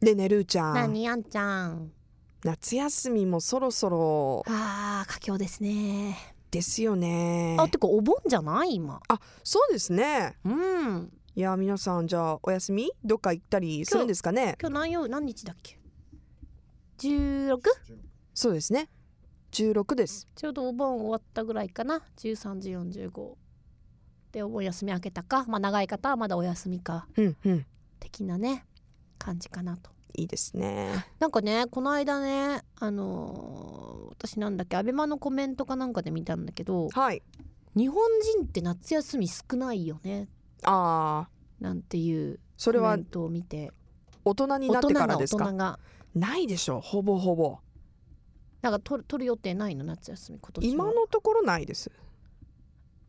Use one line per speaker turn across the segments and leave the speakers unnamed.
でねるーちゃん
何あんちゃん
夏休みもそろそろ
あー佳境ですね
ですよね
あてかお盆じゃない今
そうですね
うん
いや皆さんじゃあお休みどっか行ったりするんですかね
今日何曜何日だっけ 16?
そうですね16です
ちょうどお盆終わったぐらいかな13時45でお盆休み明けたかまあ長い方はまだお休みか
うんうん
的なね感じかなと
いいですね
なんかねこの間ねあのー私なんだっけアベマのコメントかなんかで見たんだけど
はい
日本人って夏休み少ないよね
あー
なんていう
それ
コメ
は
ントを見て
大人になって
大人
から
が大
です
人
か
が
ないでしょほぼほぼ
なんか取る取る予定ないの夏休み今年は
今のところないです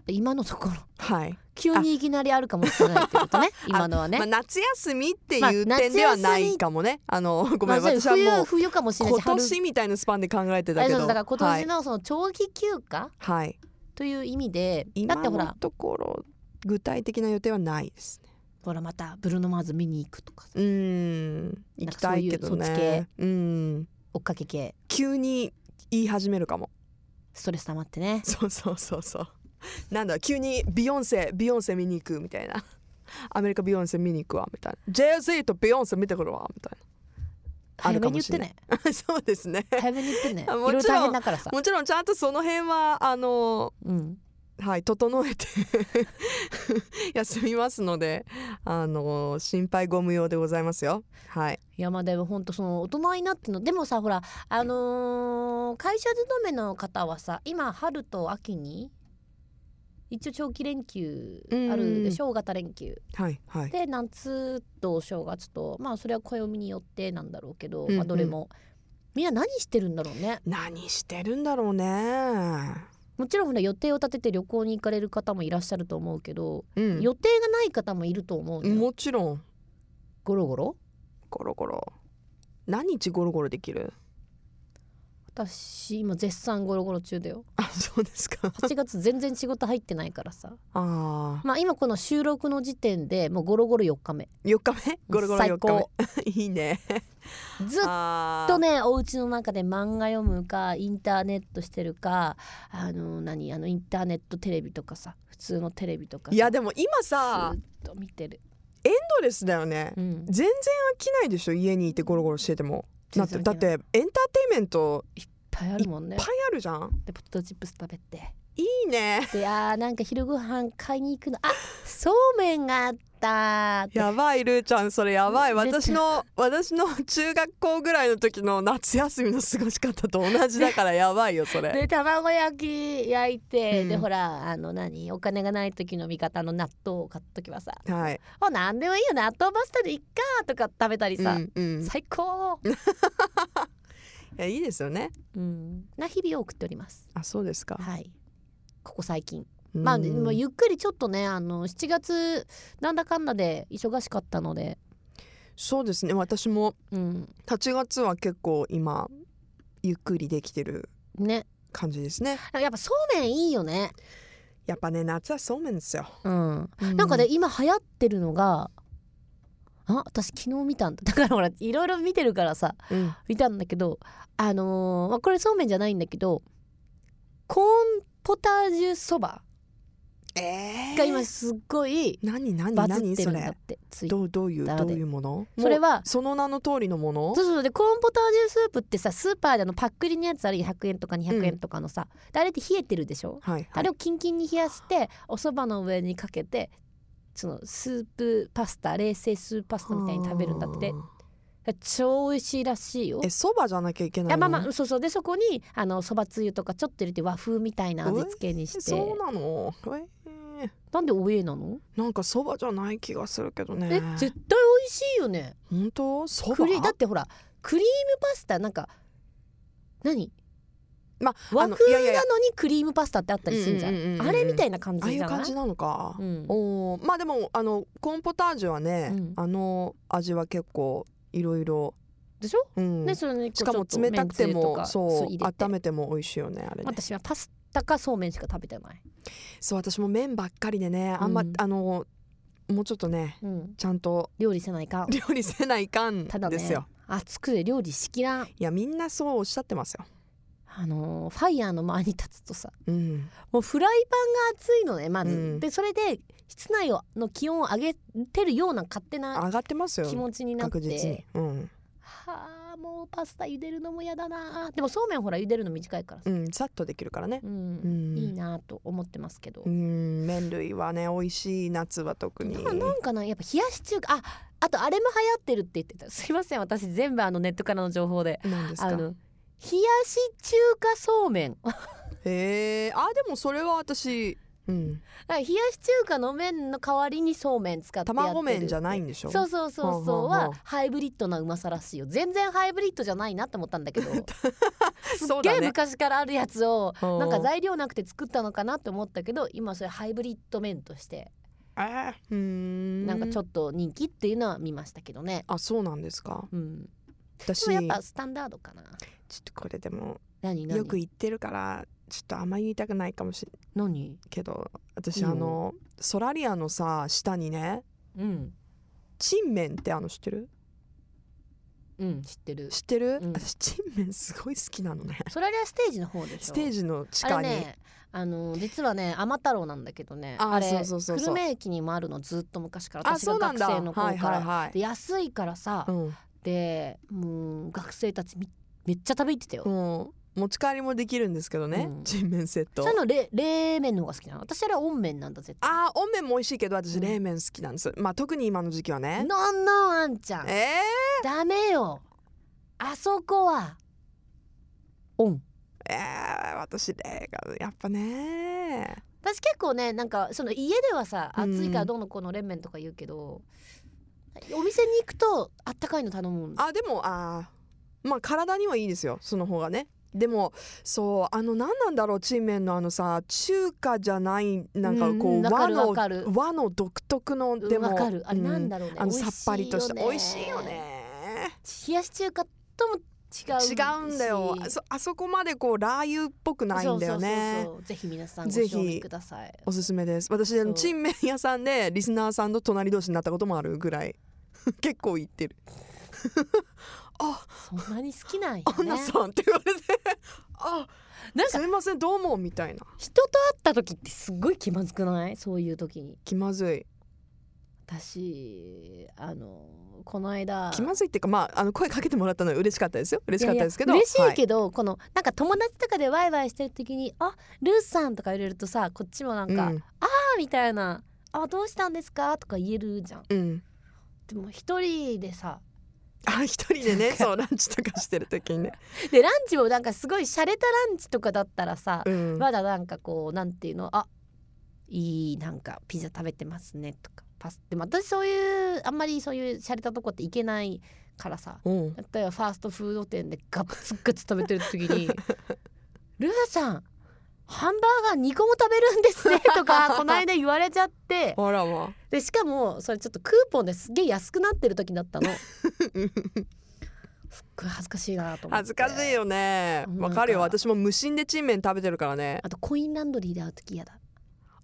今のところ
はい、
急にいきなりあるかもしれないってことね今のはね
まあ、夏休みって
まあ
いう点ではな
夏休
い
み
かもねあのごめん
まあ
私は
冬
もう
冬かもしれない
今
し春
年みたいなスパンで考えてた
大
け
丈夫
ど
だから今
は
年
い、
のその長期休暇
はい、
という意味で、だ
今
ってほ
の
ら
ところ具体的な予定はないですね
ほらまたブルーノ・マーズ見に行くとかさ
うーん行きたいけど
なんかそういうそっ
ねうん
追っかけ系
急に言い始めるかも
ストレス溜まってね
そうそうそうそうなんだ急にビヨンセビヨンセ見に行くみたいなアメリカビヨンセ見に行くわみたいな JZ とビヨンセ見てくるわみたいあ
早
るか
めに言
も
っ
してれな
ね
な そうですね
早めに言ってねい
あ
ろ
も
い
ちろ
ろ
ん
大変だからさ、
もちろんちゃんとその辺はあの
うん、
はい整えて 休みますのであの心配ご無用でございますよはい
いやまあでも本当その大人になってのでもさほらあのー会社勤めの方はさ今春と秋に一応長期連休あるでしょ大型連休
はいはい
で夏とお正月とまあそれは暦によってなんだろうけど、
うんうん
まあ、どれもみんな何してるんだろうね
何してるんだろうね
もちろんほら予定を立てて旅行に行かれる方もいらっしゃると思うけど、
うん
予定がない方もいると思うのよ
もちろん
ゴロゴロ
ゴロゴロ何日ゴロゴロできる
私今絶賛ゴロゴロ中だよ
あそうですか
8月全然仕事入ってないからさ
ああ
まあ今この収録の時点でもうゴロゴロ4日目
4日目ゴロゴロ4日
最高
目 いいね
ずっ
あ
とねお家の中で漫画読むかインターネットしてるかあの何あのインターネットテレビとかさ普通のテレビとか
ー
さ
いやでも今さ
ずっと見てる、
エンドレスだよね
うん、
全然飽きないでしょ家にいてゴロゴロしててもだって
全
だ
然
っ
飽きな
てエンターテインメント
いっぱいあるもん
い
ね
っぱいあるじゃん
でポテトチップス食べて
いいね
であーなんか昼ご飯買いに行くのあそうめんがあったって
やばいルーちゃんそれやばい
出た
私の私の中学校ぐらいの時の夏休みの過ごし方と同じだからやばいよそれ
で卵焼き焼いて、
うん
でほらあの何お金がない時の味方の納豆を買っときはさ
はい
「おなんでもいいよ納豆パスタでいっか」とか食べたり
う
さ、
んうんい
最高、
やいいですよね
うん、な日々を送っております
あそうですか
はいここ最近まあ、
うん
でもゆっくりちょっとねあの7月なんだかんだで忙しかったので、
そうですね私も
うん、
8月は結構今ゆっくりできてる
ね
感じですね
やっぱそうめんいいよね
やっぱね夏はそうめんですよ、
うん
う
なんかね、今流行ってるのがあ私昨日見たんだだからほらいろいろ見てるからさ
うん
見たんだけどあのーまあ、これそうめんじゃないんだけどコーンポタージュそば
えー
が今すっごい
何何
バズっ
何
て
そ
るんだっ
れ
てツイッター
どうどういう
ター
ど
で
ういうもの
それ
も
は
うその名の通りのもの
そうそうでコーンポタージュスープってさスーパーであのパック入りのやつあれ100円とか200円とかのさ、であれって冷えてるでしょ
はいは
あ
い
れをキンキンに冷やしてお蕎麦の上にかけてそのスープパスタ冷製スープパスタみたいに食べるんだって
は
超美味しいらしいよ
あえそばじゃなきゃいけ
い
ない
や
の
まあまあそうそうでそこにあのそばつゆとかちょっと入れて和風みたいな味付けにして
そうなのえー
なんでおえなの
なんかそばじゃない気がするけどね
え絶対美味しいよね
本当そば
クリだってほらクリームパスタなんか何
まあ
和
あの
風
い
な
や
の
いやいや
にクリームパスタってあったりするんじゃ
うんうんうんうんんうん
あれみたいな感
ああ
じ
い
じ
う
ゃない
感じなのか、
うん
おーまあでもあのコーンポタージュはね、
うん
あの味は結構いろいろ、
でしょ、
うん
でそれに
しかも冷たくてもそう温めても美味しいよねあれね
私はパスタかそうめんしか食べてない
そう私も麺ばっかりでねあんま、
うん
あのもうちょっとね
うん、
ちゃんと
料理せないかん
料理せないかん
ただね
ですよ、
熱くて料理しきらん
いやみんなそうおっしゃってますよ
あのーファイヤーの前に立つとさ
うん
もうフライパンが熱いのねまず、
うん
でそれで室内をの気温を上げてるような勝手な
上がってますよ
気持ちになって
確実にうん、
はあもうパスタ茹でるのも嫌だなでもそうめんほら茹でるの短いからさ
うん、さっとできるからね
うん、
うん
いいなと思ってますけど、
うん麺類はね美味しい夏は特に
ななんかなやっぱ冷やし中華ああとあれも流行ってるって言ってたすいません私全部あのネットからの情報で
なんです
あ
か
の冷やし中華そうめん なんか
へえあでもそれは私、うん、
冷やし中華の麺の代わりにそうめん使ってやってる
卵麺じゃない
ん
んでしょ
そうそうそうそう
はあはあ
は
はあ
ハイブリッドなうまさらしいよ全然ハイブリッドじゃないなって思ったんだ けどすっ
そう
げ
だ
え
ね
昔からあるやつを
う
なんか材料なくて作ったのかなって思ったけど今それハイブリッド麺として
あーうーん
なんかちょっと人気っていうのは見ましたけどね。
あそうなんですか
うん、
私
でもやっぱ
ちょ
スタンダードかな。
っとこれでも
何何
よく言ってるからちょっとあんま言いたくないかもしれん
何
けど
いい
私
よ
あのソラリアのさ下にね
うん
チンメンってあの知ってる
うん知ってる
知ってる、
うん
私チンメンすごい好きなのね
それはステージの方でしょ
ステージの地
あ
下
れ
に、
ねあの実はね天太郎なんだけどね
あ
あれ
そうそうそうそう
久留米駅にもあるのずっと昔から
あ
私
そ
が
うなん
学
だ
生の頃から、
はいはいはい
で安いからさ、
うん
でもう学生たちみめっちゃ食べ行ってたよ、
うん、持ち帰りもできるんですけどね、
うん
チンメンセット
そういうのれ冷麺の方が好きなの私あれは温麺なんだ絶対
あーおんめんも美味しいけど私
うん
冷麺好きなんです、まあ特に今の時期はね
のんのんあんちゃん
え
ダメよあそこはオン
ー、えー、私冷がやっぱね
私結構ねなんかその家ではさ
うん
暑いからどうのこうの冷麺とか言うけど、お店に行くとあったかいの頼むん
あでもあーまあ体にはいいですよその方がねでもそうあの何なんだろうちんめんのあのさ中華じゃないなんかこう、
うんわか
和
る
の
わかる
和の独特のでも
わかるあれ
うん
なんだろうね、
あの
美味しい
さっぱりとした
よね
美味しいよね
冷やし中華とも違うし
違うんだよあそあそこまでこうラー油っぽくないんだよね
そうそうそうそうぜひ皆さんご
ぜひ
賞味ください
おすすめです私あ
そ
の
う
チンメン屋さんでリスナーさんと隣同士になったこともあるぐらい 結構行ってる
そんなに好 きなん
「
や
アンナ
ね
さん」って言われて「あ
なんか
すいませんどうも」みたいな
人と会った時ってすっごい気まずくないそういう時に
気まずい
私あのこの間
気まずいっていうかまああの声かけてもらったのは嬉しかったですよ嬉しかったですけど
いやいや嬉しいけど、このなんか友達とかでワイワイしてる時に「あルースさん」とか入れるとさこっちもなんか「
は
あ
い
ーみたいな「あどうしたんですか?」とか言えるじゃん。
うん、うん、
でも一人でさ
あ一人でねそうランチとかしてる時にね、
でランチもなんかすごい洒落たランチとかだったらさ、
うん、
まだ なんかこうなんていうのあいいなんかピザ食べてますねとかパスでも私そういうあんまりそういう洒落たとこって行けないからさ
うん
例えばファーストフード店でガッツガツ食べてる時に 「ルーさんハンバーガー2個も食べるんですね」と かこの間言われちゃって
あらま
でしかもそれちょっとクーポンですげえ安くなってる時だっ たのすっごい恥ずかしいなと思って
恥ずかしいよね
なんか
わかるよ私も無心でチンメン食べてるからね
あとコインランドリーで会う時嫌だ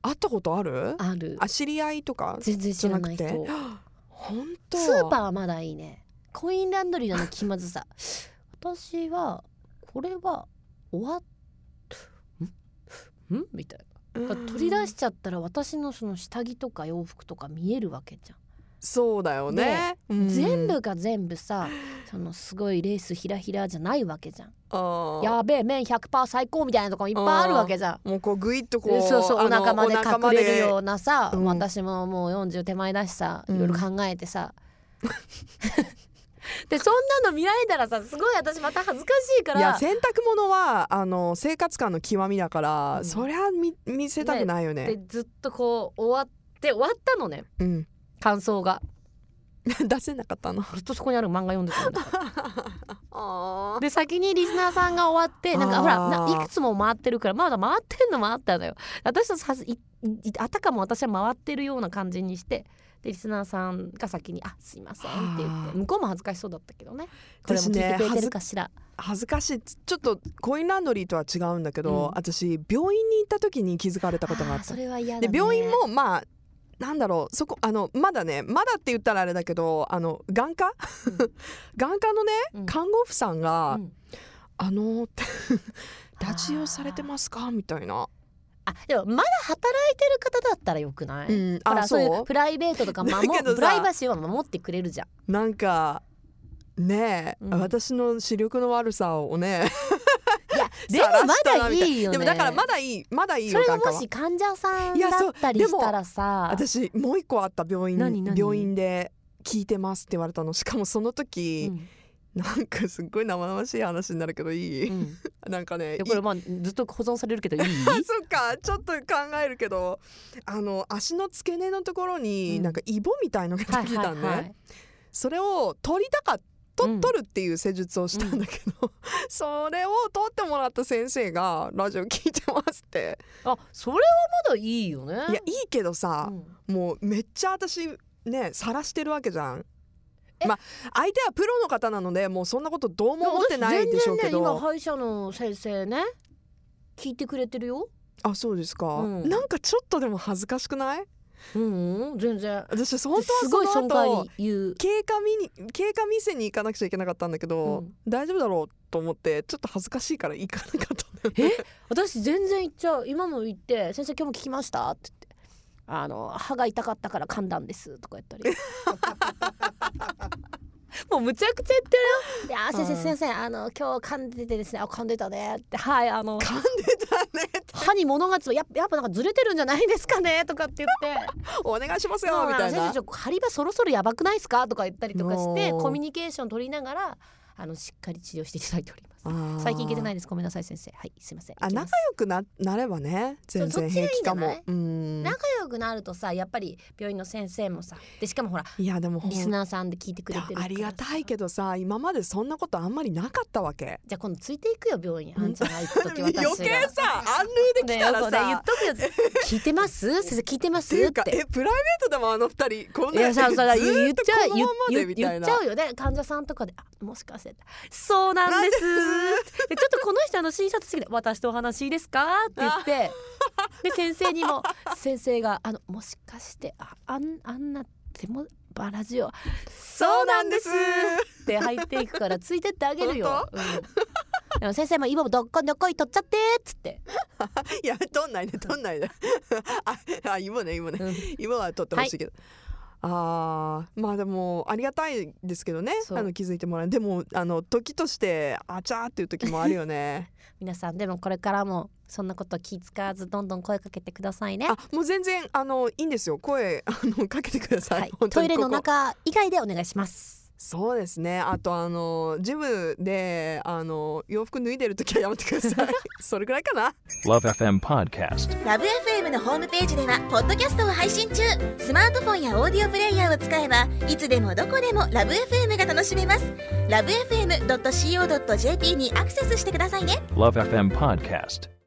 会ったことある
ある
あ知り合いとか
全然知らない
じゃな
人
く本当
スーパーはまだいいねコインランドリーの気まずさ私はこれは終わっんんみたいなだから取り出しちゃったら私のその下着とか洋服とか見えるわけじゃん、
そうだよね、うん
全部が全部さそのすごいレースひらひらじゃないわけじゃん
あー
やべえ麺100%最高みたいなとこもいっぱいあるわけじゃん
もうこうグイッとこう
そうそうお
あの
腹まで
お腹
隠れるようなさ、
うん
私ももう40手前だしさ
うん
いろいろ考えて さ、でそんなの見られたらさすごい私また恥ずかしいか
いや
ら
洗濯物はあの生活感の極みだから、
うん
そりゃ見見せたくないよね
でずっとこう終わって終わったのね
うん
感想が
出せなかった の
ずっとそこにある漫画読んでたんだ
あ
で先にリスナーさんが終わってな
あ
んか
ー
ほらないくつも回ってるからまだ回ってんの回ったのよ 私とさいいあたかも私は回ってるような感じにしてでリスナーさんが先に「あすいません」って言っ
あ
て
ー
向こうも恥ずかしそうだったけどねこれも聞いてくれてるかしら、
恥ずかしいちょっとコインランドリーとは違うんだけど、
うん
私病院に行った時に気づかれたことがあ
あ
っ
ー
た
それは嫌だ、
で
ね、
病院もまあなんだろうそこあのまだねまだって言ったらあれだけどあの眼科、
うん
眼科のね
うん
看護婦さんが「
うん
あの」 って「立ち用されてますか?」みたいな、
あでもまだ働いてる方だったらよくない、
うん、
ほ
あ
らそうい
そう
プライベート とか守
だけどさ
プライバシーは守ってくれるじゃん
うなんかねえ、
うん
私の視力の悪さをね
いやで
さら
もま
したな
だ
み
い
たい
いよ
で
ね
もだからまだいいまだいい
そ
よ
れが
眼科
も
は
し。患者さん
いや
だ
そう
ったり
でも
したらさ
私もう一個あった病院
何何
病院で聞いてますって言われたのしかもその時、
うん
なんかすっごい生々しい話になるけどいい、
うん
なんかね
いやこれまあずっと保存されるけ どいい
あ そっかちょっと考えるけどあの足の付け根のところに、
うん
なんかイボみたいのが
はい
できたんね、
はいはい
それを取りたかっと
うん
取るっていう施術をしたんだけど、 それを取ってもらった先生がラジオ聞いてますって、
あそれはまだいいよね
いやいいけどさ
う、ん
もうめっちゃ私ね晒してるわけじゃん
え。
まあ相手はプロの方なのでもうそんなことどうも思ってないでしょうけ
全然ね今
ど、
歯医者の先生ね聞いてくれてるよ
あそうですか、
うん
なんかちょっとでも恥ずかしくない
うん、うん、全然
私本
す
当
ご
はいその
損
後
害言う
経過見に経過見せに行かなくちゃいけなかったんだけど、
うん
大丈夫だろうと思ってちょっと恥ずかしいから行かなかったんだよね
私全然行っちゃう今も行って「先生今日も聞きました」って言って「あの歯が痛かったから噛んだんです」とかやったり もうむちゃくちゃ言ってるよ「いやー先
う
生
ん
すいませんあの今日噛んでてですねあ噛んでたね」って「はいあの
噛んでたねって
歯に物がつやっぱやっぱなんかずれてるんじゃないですか ね」とかって言って
お願いします
「
よみたい
先
な
生ちょっと張り場そろそろやばくないですか?」とか言ったりとかして
もう
コミュニケーション取りながらあのしっかり治療していただいております。最近行けてないいですごめんなさい先生はいすいません
あ
行きます
仲良くななればね全
そう
然平気か
どっ
も
ち
うん
仲良くなるとさやっぱり病院の先生もさでしかもほら
いやでもほん
リスナーさんで聞いてくれてるから
ありがたいけどさ今までそんなことあんまりなかったわけ
じゃあ今度ついていくよ病院あんちゃんが行く時
余
私
計
が
さアンルーでき
ね
たら
そうね言っ
さ、
とくよ聞いてます先生聞いてま
って
す
い
っ
うか
て
えプライベートでもあの二人こん
い
な
や
ずー
さ
っ
そうだ言っちゃ
と
う
この
言
ままで
言
みたい
言っ
な
ちゃうよね患者さんとかであもしかしてそうなんですでちょっとこの人あの診察室で私とお話いいですかって言って で先生にも先生があのもしかしてああんあんな手もバラジオ
そうなんです
って入っていくからついてってあげるよ。うんでも先生も今もどっこどっこい取っちゃってっつって。
いや取んないで取んないでああ今ね今ね
うん
今は取ってほしいけど、あーまあでもありがたいですけどね
そう
あの気づいてもらえでもあの時としてあちゃーっていう時もあるよね
皆さんでもこれからもそんなこと気使わずどんどん声かけてくださいね。
あもう全然あのいいんですよ声あのかけてください、
はい
本当
ト
に
イレ
ここ
の中以外でお願いします。
そうですねあとあのジムであの洋服脱いでる時はやめてくだ さいそれぐらいかな
Love FM Podcast.
ラブ f m のホームページではポッドキャストを配信中スマートフォンやオーディオプレイヤーを使えばいつでもどこでもラブ f m が楽しめますラブ FM.co.jp にアクセスしてくださいね
Love FM Podcast.